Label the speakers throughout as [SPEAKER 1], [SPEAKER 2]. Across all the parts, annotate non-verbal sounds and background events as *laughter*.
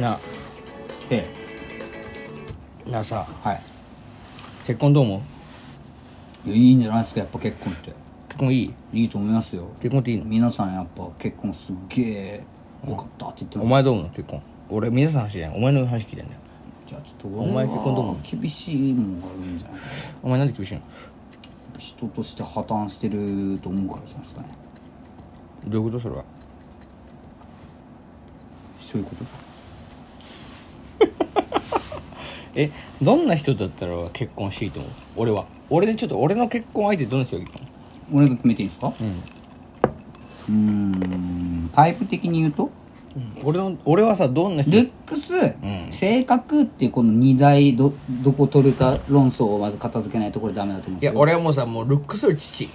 [SPEAKER 1] な
[SPEAKER 2] え
[SPEAKER 1] なあさ
[SPEAKER 2] えはい
[SPEAKER 1] 結婚どう思う
[SPEAKER 2] いやいいんじゃないですかやっぱ結婚って
[SPEAKER 1] 結婚いい
[SPEAKER 2] いいと思いますよ
[SPEAKER 1] 結婚っていいの
[SPEAKER 2] 皆さんやっぱ結婚すっげえよかったって言って
[SPEAKER 1] お
[SPEAKER 2] も
[SPEAKER 1] 前どう思う結婚俺皆さんの話じゃないお前の話聞いてんだよ
[SPEAKER 2] じゃあちょっと
[SPEAKER 1] お前結婚どう思
[SPEAKER 2] う厳しいもんがあるんじゃないかな
[SPEAKER 1] お前なんで厳しいの
[SPEAKER 2] 人として破綻してると思うからじゃないですかね
[SPEAKER 1] どういうことそれは
[SPEAKER 2] そういうこと
[SPEAKER 1] えどんな人だったら結婚していいと思う俺は俺でちょっと俺の結婚相手どんな人がいいと思
[SPEAKER 2] 俺が決めていいんですか
[SPEAKER 1] う、
[SPEAKER 2] うーんタイプ的に言うと
[SPEAKER 1] うん、俺の俺はさどんな人
[SPEAKER 2] ルックス、
[SPEAKER 1] ん
[SPEAKER 2] 性格っていうこの2大どどこ取るか論争をまず片付けないとこれダメだと思う
[SPEAKER 1] い
[SPEAKER 2] んです
[SPEAKER 1] や
[SPEAKER 2] けど
[SPEAKER 1] 俺はもうさもうルックスより父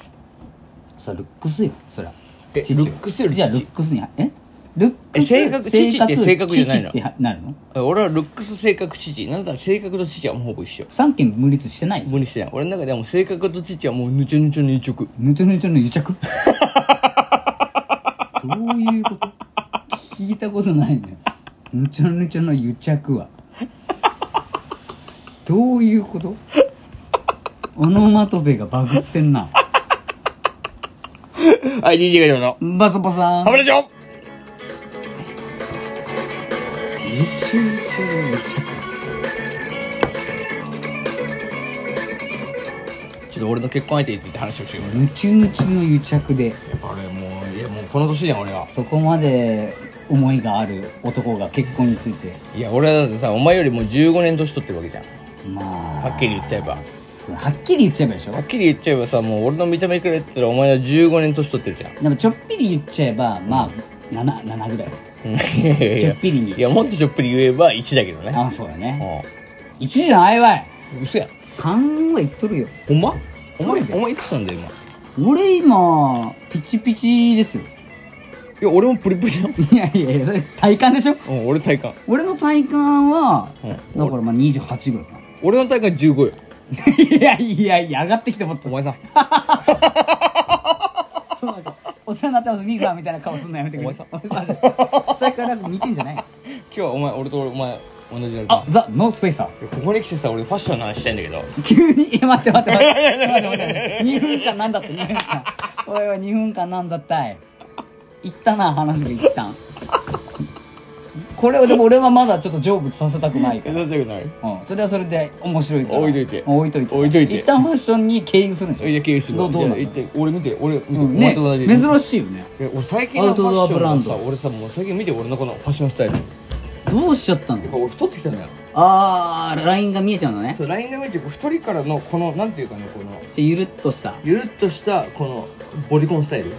[SPEAKER 2] それルックスよそりゃ
[SPEAKER 1] え
[SPEAKER 2] 父
[SPEAKER 1] ルックスより父
[SPEAKER 2] じゃあルックスにえルック
[SPEAKER 1] え
[SPEAKER 2] ス
[SPEAKER 1] 性格父って性格じゃないの
[SPEAKER 2] 父ってなるの
[SPEAKER 1] 俺はルックス性格父なんだったら性格と父はもうほぼ一緒
[SPEAKER 2] 三権分立してない
[SPEAKER 1] 無理してない俺の中ではもう性格と父はもうぬちょぬちょの一直
[SPEAKER 2] ぬちょぬちょの癒着どういうこと聞いたことないのよぬちょぬちょの癒着はどういうことオノマトペがバグってんな
[SPEAKER 1] *laughs* はい DJ がどうぞ
[SPEAKER 2] バサバサ
[SPEAKER 1] ハブラジオ
[SPEAKER 2] ぬちょぬちょの癒着
[SPEAKER 1] ちょっと俺の結婚相手について話をしてくれ
[SPEAKER 2] ぬちゅぬちゅの癒着で
[SPEAKER 1] 俺もういやもうこの年じゃん俺は
[SPEAKER 2] そこまで思いがある男が結婚について
[SPEAKER 1] いや俺はだってさお前よりもう15年年取ってるわけじゃん
[SPEAKER 2] まあ
[SPEAKER 1] はっきり言っちゃえばは
[SPEAKER 2] はっきり言っちゃえばでしょ
[SPEAKER 1] っきり言っちゃえばさもう俺の見た目から言ったらお前は15年年取ってるじゃん
[SPEAKER 2] でもちょっぴり言っちゃえばまあ 7, 7ぐらい
[SPEAKER 1] いやいやい
[SPEAKER 2] ちょ
[SPEAKER 1] や
[SPEAKER 2] っぴりに
[SPEAKER 1] いやもっとちょっぴり言えば1だけどね
[SPEAKER 2] あそうだね
[SPEAKER 1] う
[SPEAKER 2] 1じゃないわい
[SPEAKER 1] ん嘘やん
[SPEAKER 2] 3はいっとるよ
[SPEAKER 1] ほんまお前お前いくつなんだよ今い
[SPEAKER 2] 俺今ピチピチですよ
[SPEAKER 1] や俺もプリプリじゃん、
[SPEAKER 2] いやいやいやそれ体感でしょ
[SPEAKER 1] うん、俺体感
[SPEAKER 2] 俺の体感は、
[SPEAKER 1] うん
[SPEAKER 2] だからまあ28ぐらいかな *laughs*
[SPEAKER 1] 俺の体感15よ
[SPEAKER 2] いやいやいや上がってきても
[SPEAKER 1] お
[SPEAKER 2] っと
[SPEAKER 1] 前さん
[SPEAKER 2] そうなんかお世話になってます兄さんみたいな顔すんのやめてくれ
[SPEAKER 1] お前さん
[SPEAKER 2] お前さん下から見てんじゃない
[SPEAKER 1] 今日はお前俺とお前同じだ
[SPEAKER 2] あザ・ノースフェイサー
[SPEAKER 1] ここに来てさ俺ファッションの話したいんだけど
[SPEAKER 2] 急にえ待って待って待って待って待って2分間なんだって2分間おいおい2分間なんだったい言ったな話が一旦これはでも俺はまだちょっと成仏させたくないか
[SPEAKER 1] え
[SPEAKER 2] ら、
[SPEAKER 1] なぜない
[SPEAKER 2] うん、それはそれで面白いから
[SPEAKER 1] 置いといて
[SPEAKER 2] 置いといて
[SPEAKER 1] 置いといて
[SPEAKER 2] 一旦ファッションに経由するんでしょ
[SPEAKER 1] いや経由する
[SPEAKER 2] どうどうなの
[SPEAKER 1] いや一体俺見て俺見て、
[SPEAKER 2] うん
[SPEAKER 1] お前
[SPEAKER 2] ね
[SPEAKER 1] と同じ
[SPEAKER 2] 珍しいよね
[SPEAKER 1] いや俺最近のファッション
[SPEAKER 2] アウ
[SPEAKER 1] の
[SPEAKER 2] トド
[SPEAKER 1] さ
[SPEAKER 2] アブラン
[SPEAKER 1] 俺さもう最近見て俺のこのファッションスタイルやっ
[SPEAKER 2] どうしちゃったの
[SPEAKER 1] ぱ俺太ってきたんだよ
[SPEAKER 2] あーラインが見えちゃうのね
[SPEAKER 1] そうラインで見て太りからのこのなんていうかねこの
[SPEAKER 2] ちょゆるっとした
[SPEAKER 1] ゆるっとしたこのボリコンスタイルい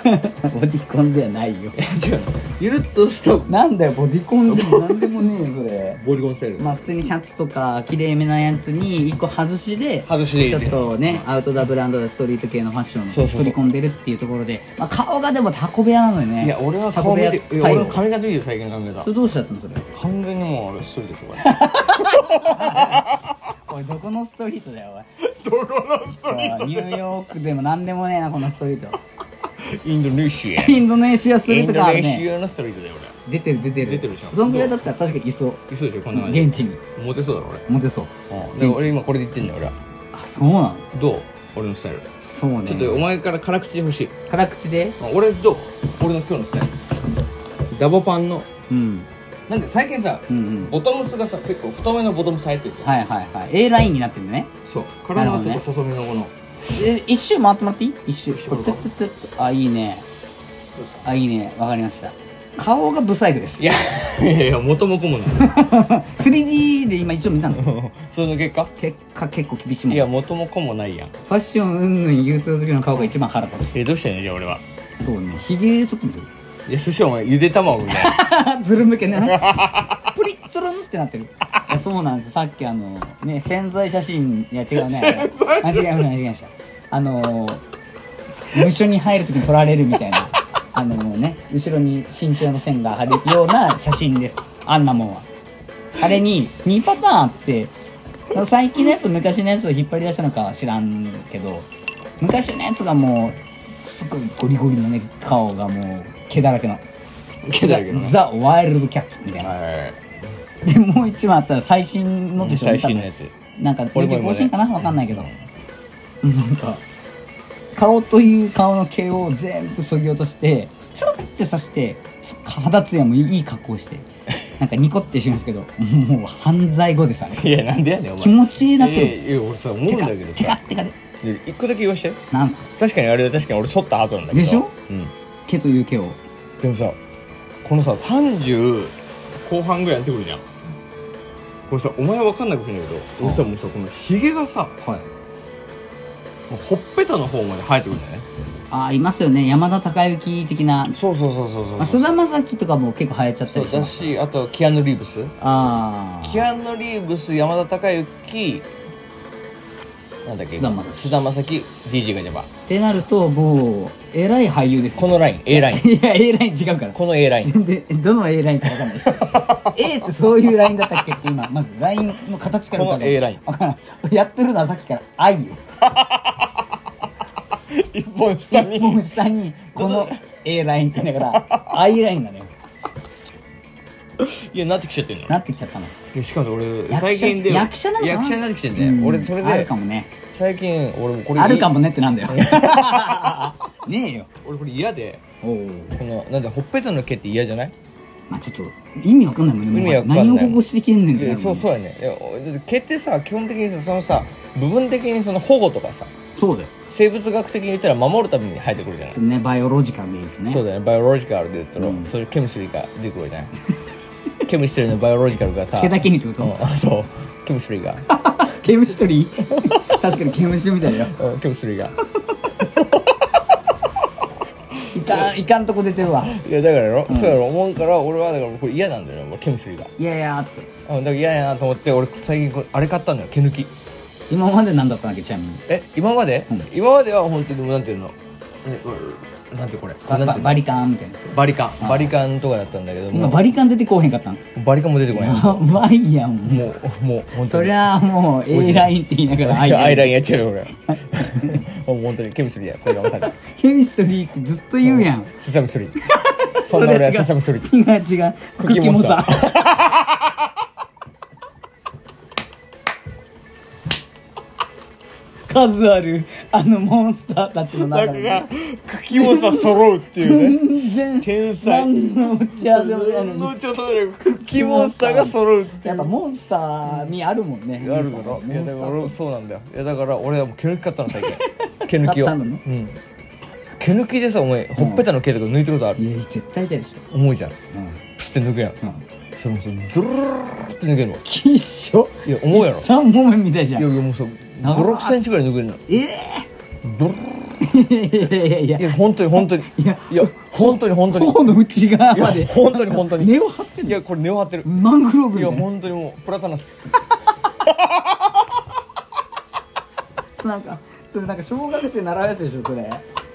[SPEAKER 2] ボディコンではないよ
[SPEAKER 1] や違うゆるっとした
[SPEAKER 2] なんだよボディコ
[SPEAKER 1] *laughs*
[SPEAKER 2] ンでもなんでもねえよそれ
[SPEAKER 1] ボリコンスタイル
[SPEAKER 2] まあ普通にシャツとか綺麗めなやつに一個外しで
[SPEAKER 1] 外しで入
[SPEAKER 2] ち
[SPEAKER 1] れ
[SPEAKER 2] ょ
[SPEAKER 1] て
[SPEAKER 2] っとねアウトドアブランドでストリート系のファッション
[SPEAKER 1] そう
[SPEAKER 2] を
[SPEAKER 1] そうそう
[SPEAKER 2] 取り込んでるっていうところで、まあ、顔がでもタコ部屋なのよね
[SPEAKER 1] いや俺は顔見て
[SPEAKER 2] タコ
[SPEAKER 1] い
[SPEAKER 2] 部
[SPEAKER 1] や
[SPEAKER 2] 屋
[SPEAKER 1] 俺
[SPEAKER 2] 太
[SPEAKER 1] の
[SPEAKER 2] 陽
[SPEAKER 1] 髪型見て最近の髪
[SPEAKER 2] そ
[SPEAKER 1] 型
[SPEAKER 2] れどうしちゃったのそれ
[SPEAKER 1] 完全にもう俺太りでしょこ *laughs* れ
[SPEAKER 2] おいどこのストリートだよ
[SPEAKER 1] どこのス
[SPEAKER 2] おいおいニューヨークでもなんでもねえなこのストリート
[SPEAKER 1] インドネシア
[SPEAKER 2] インドネシアストリ
[SPEAKER 1] イ
[SPEAKER 2] ー
[SPEAKER 1] ン
[SPEAKER 2] トが
[SPEAKER 1] ド
[SPEAKER 2] ある
[SPEAKER 1] ネシ
[SPEAKER 2] ね
[SPEAKER 1] アのストリートだよ俺
[SPEAKER 2] 出てる出てる
[SPEAKER 1] 出てるでしょ
[SPEAKER 2] そんぐらいだったら確かにいそう
[SPEAKER 1] いそうでしょこんな感じ
[SPEAKER 2] 現地に
[SPEAKER 1] モテそうだろ
[SPEAKER 2] モテそう
[SPEAKER 1] 俺、うん、で俺今これで言ってんだよ俺は
[SPEAKER 2] あそうなの
[SPEAKER 1] どう俺のスタイル
[SPEAKER 2] そうね
[SPEAKER 1] ちょっとお前から辛口で欲しい
[SPEAKER 2] 辛口で
[SPEAKER 1] あ俺どう俺の今日のスタイルダボパンの
[SPEAKER 2] うん
[SPEAKER 1] なんで最近さ、
[SPEAKER 2] うんうん
[SPEAKER 1] ボトムスがさ結構太めのボトムス入ってるじゃん
[SPEAKER 2] はいはいはい A ラインになってるね
[SPEAKER 1] そう体はち
[SPEAKER 2] な
[SPEAKER 1] ょ
[SPEAKER 2] る
[SPEAKER 1] っと細めのこの、
[SPEAKER 2] え一周回ってもらっていい一周
[SPEAKER 1] 周
[SPEAKER 2] トゥトゥトゥトゥあいいねあいいねわかりました顔がブサイクです *laughs*
[SPEAKER 1] いやいやいや元も子もない
[SPEAKER 2] 3D で今一応見たの
[SPEAKER 1] その結果
[SPEAKER 2] 結果結構厳しいもん
[SPEAKER 1] いや元も子もないやん
[SPEAKER 2] ファッションうんぬん言うとる時の顔が一番腹立
[SPEAKER 1] えどうしたんやじゃあ俺は
[SPEAKER 2] つそうねひげそっくり
[SPEAKER 1] いやそしたらお前ゆで卵みたいな
[SPEAKER 2] *laughs* ずるむけねプリッツルンってなってるいやそうなんですさっきあのね潜在写真いや違うね間違えました間違えましたあの無所に入る時に撮られるみたいなあのね後ろに身長の線が張るような写真ですあんなもんはあれに2パターンあって最近のやつと昔のやつを引っ張り出したのかは知らんけど昔のやつがもうすごいゴリゴリのね顔がもう毛だらけの
[SPEAKER 1] けどやけどね
[SPEAKER 2] ザ・ワイルドキャッツみたいな、
[SPEAKER 1] はい
[SPEAKER 2] でもう一枚あったら最新のでし
[SPEAKER 1] *laughs*
[SPEAKER 2] ょ
[SPEAKER 1] 最新のやつ
[SPEAKER 2] なんか
[SPEAKER 1] これ
[SPEAKER 2] 出
[SPEAKER 1] こ
[SPEAKER 2] て
[SPEAKER 1] れこ
[SPEAKER 2] 更
[SPEAKER 1] れ
[SPEAKER 2] 新かなわかんないけど *laughs* なんか顔という顔の毛を全部そぎ落としてつるって刺してつ肌ツヤもいい格好をしてなんかニコってしてるんですけどもう犯罪後ですあれ
[SPEAKER 1] *laughs* いやなんでやねんお前
[SPEAKER 2] 気持ちいいだけ
[SPEAKER 1] いやいや俺さ思うん
[SPEAKER 2] テ
[SPEAKER 1] だ
[SPEAKER 2] カ
[SPEAKER 1] けど
[SPEAKER 2] テカ
[SPEAKER 1] さ
[SPEAKER 2] テカで
[SPEAKER 1] で一個だけ言わして
[SPEAKER 2] なんか
[SPEAKER 1] 確かにあれは確かに俺剃った後なんだけど
[SPEAKER 2] でしょ
[SPEAKER 1] うん
[SPEAKER 2] 毛という毛を
[SPEAKER 1] でもさこのさ30後半ぐらいやってくるじゃんこれさお前は分かんなくなるけど俺さもうさこのひげがさ
[SPEAKER 2] はい
[SPEAKER 1] もうほっぺたの方まで生えてくるんだよね
[SPEAKER 2] ああいますよね山田孝之的な
[SPEAKER 1] そうそうそうそうそう
[SPEAKER 2] まあ菅、田将暉とかも結構生えちゃった
[SPEAKER 1] そう
[SPEAKER 2] りしま
[SPEAKER 1] だ
[SPEAKER 2] す
[SPEAKER 1] しあとキアヌ・リーブス
[SPEAKER 2] あ
[SPEAKER 1] キアヌ・リーブス山田孝之なんだっけ
[SPEAKER 2] 菅田将暉
[SPEAKER 1] 菅田将暉 DJ ガチャバ
[SPEAKER 2] あってなるともう偉い俳優ですよ
[SPEAKER 1] このライン A *laughs* ライン
[SPEAKER 2] *laughs* いや A ライン違うから
[SPEAKER 1] この A ライン
[SPEAKER 2] でどの A ラインか分かんな
[SPEAKER 1] *laughs*
[SPEAKER 2] いです A ってそういうラインだったっけって今まずラインの形から
[SPEAKER 1] この
[SPEAKER 2] 疑う
[SPEAKER 1] A ライン
[SPEAKER 2] 分からんやってるのはさっきから「愛」よ
[SPEAKER 1] 一本下に
[SPEAKER 2] もう下にこの A ラインって言いながら「愛ライン」だね
[SPEAKER 1] いやなってきちゃってんの
[SPEAKER 2] なってきちゃったの
[SPEAKER 1] でしかも俺
[SPEAKER 2] 役者
[SPEAKER 1] 最近で
[SPEAKER 2] 役者なのかな
[SPEAKER 1] 役者になってきてんだよ、
[SPEAKER 2] う
[SPEAKER 1] 俺それ
[SPEAKER 2] ある
[SPEAKER 1] で
[SPEAKER 2] かもね
[SPEAKER 1] 最近俺もこれ
[SPEAKER 2] あるかもねってな
[SPEAKER 1] *laughs*
[SPEAKER 2] んだよねえよ
[SPEAKER 1] 俺これ嫌で
[SPEAKER 2] おお
[SPEAKER 1] このなんでほっぺたの毛って嫌じゃない
[SPEAKER 2] まあちょっと意味わかんないもんね
[SPEAKER 1] 意味わかんない
[SPEAKER 2] 何を保護してきてんねんって
[SPEAKER 1] で
[SPEAKER 2] なる
[SPEAKER 1] そ
[SPEAKER 2] も
[SPEAKER 1] うん
[SPEAKER 2] ね
[SPEAKER 1] そうやねいやおだって毛ってさ基本的にさそのさ部分的にその保護とかさ
[SPEAKER 2] そうだよ
[SPEAKER 1] 生物学的に言ったら守るために生えてくるじゃない
[SPEAKER 2] そ、のねバイオロジカルでいくとね
[SPEAKER 1] そうだよねバイオロジカルで言ったら、
[SPEAKER 2] うん
[SPEAKER 1] それケミストリーが出てくるじゃない *laughs* ケミストリーのバイオロジカルがさ
[SPEAKER 2] 毛だけにってこと *laughs*
[SPEAKER 1] うん *laughs* そうケミストリーが
[SPEAKER 2] 刑務所に *laughs* 確かに刑務所みたいだよ
[SPEAKER 1] うんケミストリーが
[SPEAKER 2] いかんいかんとこ出てるわ
[SPEAKER 1] いやだからやろ、そうやろ思うから俺はだからこれ嫌なんだよねケミストリーが
[SPEAKER 2] いやいやーって
[SPEAKER 1] うん、だから嫌やなと思って俺最近こあれ買ったんだよ毛抜き
[SPEAKER 2] 今まで何だったんだっけちなみに
[SPEAKER 1] え今まで、
[SPEAKER 2] うん
[SPEAKER 1] 今までは本当にもうなんていうのえうんなんてこれこ
[SPEAKER 2] バ
[SPEAKER 1] れなん
[SPEAKER 2] バ
[SPEAKER 1] ていうの
[SPEAKER 2] バリカンみたいな
[SPEAKER 1] バリカンバリカンとかだったんだけど
[SPEAKER 2] 今
[SPEAKER 1] も
[SPEAKER 2] バリカン出てこうへんかったん *laughs* や
[SPEAKER 1] バリカンも出てこないも
[SPEAKER 2] ばいやんもう
[SPEAKER 1] うもう本当
[SPEAKER 2] そ
[SPEAKER 1] に
[SPEAKER 2] りゃあ *laughs* もう A ラインって言いながら *laughs*
[SPEAKER 1] アイアイライン
[SPEAKER 2] ン
[SPEAKER 1] やっちゃうよ俺もう本当にケミストリーだよこれがまさに
[SPEAKER 2] *laughs* ケミストリーってずっと言うやん
[SPEAKER 1] セサミストリーそんな俺はセサミストリー
[SPEAKER 2] 違う違う
[SPEAKER 1] クッキーモンスター
[SPEAKER 2] クッキーモンスター *laughs* 数あるあのモンスターたちの中で
[SPEAKER 1] 茎をさ揃うっていうね
[SPEAKER 2] 全然
[SPEAKER 1] 天才
[SPEAKER 2] 何の打ち合わせもしないのに
[SPEAKER 1] ちょっと茎モンスターが揃うってい
[SPEAKER 2] やっ
[SPEAKER 1] う
[SPEAKER 2] ぱモンスターにあるもんね
[SPEAKER 1] あるだろ
[SPEAKER 2] モンス
[SPEAKER 1] い
[SPEAKER 2] タ
[SPEAKER 1] や
[SPEAKER 2] ー
[SPEAKER 1] だから俺そうなんだよいやだから俺はもう毛抜き買ったの最近毛抜きを
[SPEAKER 2] 買ったのね
[SPEAKER 1] うん、毛抜きでさお前ほっぺたの毛とか抜いたことある、
[SPEAKER 2] いや絶対痛いでしょ
[SPEAKER 1] 重いじゃんプ
[SPEAKER 2] うん
[SPEAKER 1] スって抜くやん、
[SPEAKER 2] うん
[SPEAKER 1] それもさドゥルルルルルって抜けるの
[SPEAKER 2] きっしょ
[SPEAKER 1] いや重いやろい
[SPEAKER 2] 三本目みたいじゃ
[SPEAKER 1] や
[SPEAKER 2] ん
[SPEAKER 1] いやもうさ56センチぐらい抜けるの
[SPEAKER 2] え
[SPEAKER 1] ドゥルルルル
[SPEAKER 2] えいやいやいや
[SPEAKER 1] いや本当に本当に
[SPEAKER 2] いや
[SPEAKER 1] いや本当に本当に
[SPEAKER 2] 頬の内側ま
[SPEAKER 1] い
[SPEAKER 2] で
[SPEAKER 1] や本当に本当に
[SPEAKER 2] 根を張ってん
[SPEAKER 1] い
[SPEAKER 2] の
[SPEAKER 1] やこれ根を張ってる
[SPEAKER 2] マングローブ
[SPEAKER 1] いや
[SPEAKER 2] みたい
[SPEAKER 1] 本当にもうプラタナス
[SPEAKER 2] ななんかそれなんか小学生習うやつでしょそれ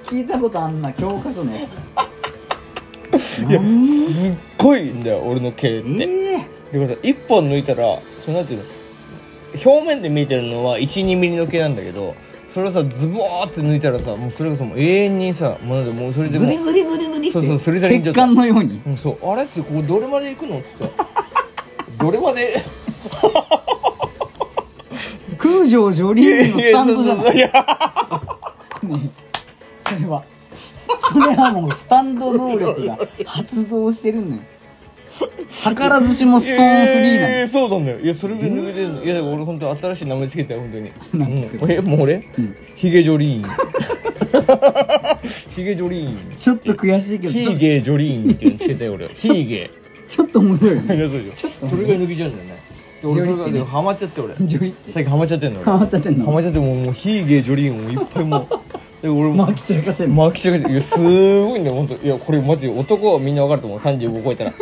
[SPEAKER 2] 聞いたことあんな教科書のやつ
[SPEAKER 1] いや
[SPEAKER 2] なん
[SPEAKER 1] すっごいんだよ俺の毛って
[SPEAKER 2] ええ
[SPEAKER 1] だから一本抜いたらそのなんていうの表面で見えてるのは12ミリの毛なんだけどそれをさズボーって抜いたらさもうそれこそもう永遠にさもうなんでもうそれでも
[SPEAKER 2] ず
[SPEAKER 1] う
[SPEAKER 2] りずりずりずり
[SPEAKER 1] そうそうスリ
[SPEAKER 2] っ
[SPEAKER 1] ザリ
[SPEAKER 2] て
[SPEAKER 1] ン状
[SPEAKER 2] 血
[SPEAKER 1] 態
[SPEAKER 2] 管のように
[SPEAKER 1] うんそうあれってここどれまで行くのっつ
[SPEAKER 2] *laughs*
[SPEAKER 1] ってどれまで
[SPEAKER 2] 空城ジョリーヌのスタンドじゃない
[SPEAKER 1] いや
[SPEAKER 2] ねえそれはそれはもうスタンド能力が発動してるのよ図らずしもストーンフリーなの
[SPEAKER 1] えーそうなんだよいやそれで抜けてるのいやでも俺本当新しい名前つけたよ本当に
[SPEAKER 2] なんですか
[SPEAKER 1] うんえもう俺、
[SPEAKER 2] うん
[SPEAKER 1] ヒゲジョリーン
[SPEAKER 2] *laughs*
[SPEAKER 1] ヒゲジョリーン
[SPEAKER 2] ちょっと悔しいけ
[SPEAKER 1] ヒ
[SPEAKER 2] どちょ
[SPEAKER 1] ーゲージョリーンっていうのつけたよ俺ヒーゲー
[SPEAKER 2] ちょっと面白いよ
[SPEAKER 1] い
[SPEAKER 2] ね
[SPEAKER 1] やそうでしょそれが抜きちゃうんだよねで俺
[SPEAKER 2] ジョリ
[SPEAKER 1] それ
[SPEAKER 2] ってね
[SPEAKER 1] がでハマっちゃって俺
[SPEAKER 2] ジョリって
[SPEAKER 1] 最近ハマっちゃってんの俺
[SPEAKER 2] ハマっちゃってんの
[SPEAKER 1] ハマっちゃってもうもうヒーゲージョリーンもいっぱいもうで俺も
[SPEAKER 2] 巻き散らかしてんの
[SPEAKER 1] マーキシャいやすごいね本当いやこれマジ男はみんな分かると思う35超えたら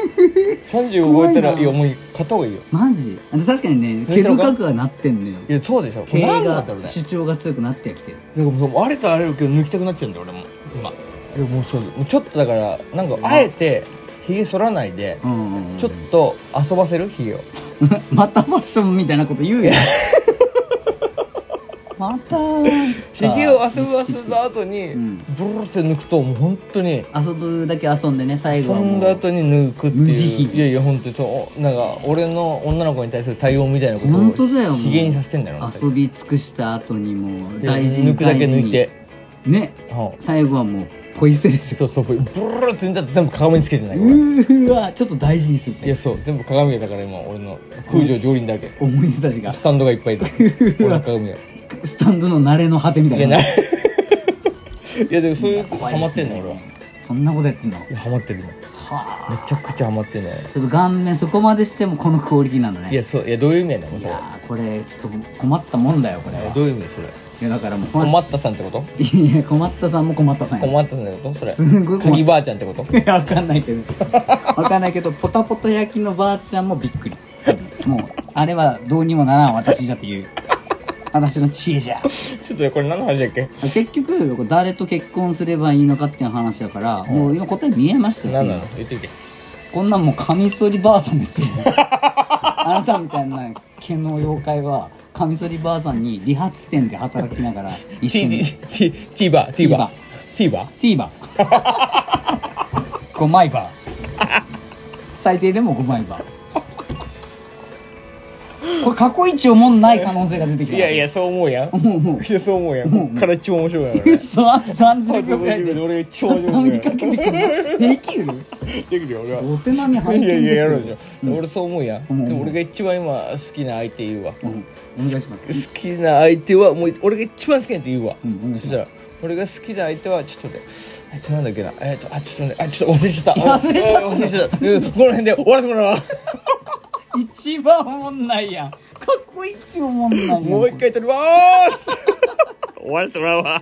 [SPEAKER 1] 35超えた
[SPEAKER 2] 怖い
[SPEAKER 1] ら
[SPEAKER 2] ない
[SPEAKER 1] やもう買った方がいいよ
[SPEAKER 2] マジあの確かにね毛深くはなってんのよ
[SPEAKER 1] いやそうでしょこれ
[SPEAKER 2] 毛
[SPEAKER 1] 何だ
[SPEAKER 2] が
[SPEAKER 1] ったろうね
[SPEAKER 2] 主張が強くなってきてる
[SPEAKER 1] なんかもうそうあれとあらゆる毛を抜きたくなっちゃうんだよ俺も今いやもうそうもうちょっとだからなんかあえてひげ剃らないで
[SPEAKER 2] うんうんうん *laughs*
[SPEAKER 1] ちょっと遊ばせるひげを
[SPEAKER 2] *laughs* またファッションみたいなこと言うやんまたー
[SPEAKER 1] ひげを遊ぶ遊んだ後に
[SPEAKER 2] ん
[SPEAKER 1] ブルルって抜くともう本当に
[SPEAKER 2] 遊ぶだけ遊んでね最後
[SPEAKER 1] 遊
[SPEAKER 2] はも
[SPEAKER 1] ん
[SPEAKER 2] う
[SPEAKER 1] だ後に抜くって
[SPEAKER 2] 無慈
[SPEAKER 1] い
[SPEAKER 2] 悲
[SPEAKER 1] ういやいや本当にそうなんか俺の女の子に対する対応みたいなこと
[SPEAKER 2] 本当だよも
[SPEAKER 1] を
[SPEAKER 2] う
[SPEAKER 1] ひげにさせてんだろうな
[SPEAKER 2] 遊び尽くした後にもう大事
[SPEAKER 1] で
[SPEAKER 2] に
[SPEAKER 1] 抜くだけ
[SPEAKER 2] 大事に
[SPEAKER 1] 抜いて
[SPEAKER 2] ね
[SPEAKER 1] は
[SPEAKER 2] 最後はもうポイ捨てですよ
[SPEAKER 1] そうそうブルルって抜いたら全部鏡につけてないう俺
[SPEAKER 2] ーわちょっと大事にする
[SPEAKER 1] いやそう全部鏡だから今俺の空城上輪だけ
[SPEAKER 2] 思い出たちが
[SPEAKER 1] スタンドがいっぱいいる俺の鏡がい
[SPEAKER 2] *laughs* スタンドの慣れの果てみた
[SPEAKER 1] や
[SPEAKER 2] い
[SPEAKER 1] な
[SPEAKER 2] ない
[SPEAKER 1] やでも *laughs* そういう
[SPEAKER 2] 怖
[SPEAKER 1] ハ
[SPEAKER 2] い
[SPEAKER 1] マっ
[SPEAKER 2] です
[SPEAKER 1] て
[SPEAKER 2] ね
[SPEAKER 1] んの俺はい
[SPEAKER 2] そんなことやってんの
[SPEAKER 1] やハマってるのめ
[SPEAKER 2] はあ
[SPEAKER 1] ちゃくちゃハマってんの
[SPEAKER 2] ちょっと顔面そこまでしてもこのクオリティなんだね
[SPEAKER 1] いやそういやどういう意味やねんもう
[SPEAKER 2] い
[SPEAKER 1] それ
[SPEAKER 2] やーこれちょっと困ったもんだよこれは
[SPEAKER 1] どういう意味それ
[SPEAKER 2] いやだからもう
[SPEAKER 1] 困ったさんってこと
[SPEAKER 2] いや *laughs* 困ったさんも困ったさんや
[SPEAKER 1] 困ったさんってことそれ
[SPEAKER 2] すんごい困った
[SPEAKER 1] 鍵ばあちゃんってこと
[SPEAKER 2] いや *laughs* わかんないけどわかんないけどポタポタ焼きのばあちゃんもびっくりもうあれはどうにもならん私じゃっていう私の知恵じゃ
[SPEAKER 1] ちょっとこれ何の話だっけ
[SPEAKER 2] 結局誰と結婚すればいいのかっていう話だから、もう今答え見えましたよ
[SPEAKER 1] 何なの言ってみて
[SPEAKER 2] こんなんもうカミソリばあさんですよ *laughs* あなたみたいな毛の妖怪はカミソリばあさんに理髪店で働きながら一緒
[SPEAKER 1] *laughs*
[SPEAKER 2] に
[SPEAKER 1] T- T- T- TVer TVer TVer
[SPEAKER 2] TVer
[SPEAKER 1] *laughs*
[SPEAKER 2] 5枚バ最低でも5枚バこれ過去一おもんない可能性が出てきた
[SPEAKER 1] いやいやそう思うやん
[SPEAKER 2] もうも
[SPEAKER 1] いやそう思うやんこっから超面白いや
[SPEAKER 2] う
[SPEAKER 1] ろ
[SPEAKER 2] 嘘あと30秒ぐらいで
[SPEAKER 1] 俺超面
[SPEAKER 2] 畳
[SPEAKER 1] 白
[SPEAKER 2] み
[SPEAKER 1] い
[SPEAKER 2] か
[SPEAKER 1] や
[SPEAKER 2] けてくるできる
[SPEAKER 1] できるよ俺は
[SPEAKER 2] お手並み拝
[SPEAKER 1] い
[SPEAKER 2] 見
[SPEAKER 1] やいややろう
[SPEAKER 2] で
[SPEAKER 1] じ
[SPEAKER 2] す
[SPEAKER 1] ゃん
[SPEAKER 2] よ
[SPEAKER 1] 俺そう思うやんで
[SPEAKER 2] うん
[SPEAKER 1] も俺が一番今好きな相手言うわ
[SPEAKER 2] うんうんお願いします
[SPEAKER 1] 好きな相手はもう俺が一番好きなって言うわ、
[SPEAKER 2] うんお願いし
[SPEAKER 1] そ
[SPEAKER 2] ます
[SPEAKER 1] したら俺が好きな相手はちょっと待ってえっとなんだっけなえっとあちょっと待ってあちょっと忘れちゃった
[SPEAKER 2] *laughs* 忘れちゃった
[SPEAKER 1] うん忘れちゃったうんこの辺で終わらせてもらうわ
[SPEAKER 2] 一番おもんないやん過去一おもんないやん
[SPEAKER 1] もう一
[SPEAKER 2] *laughs*
[SPEAKER 1] 回撮ります終わらせてもらうわ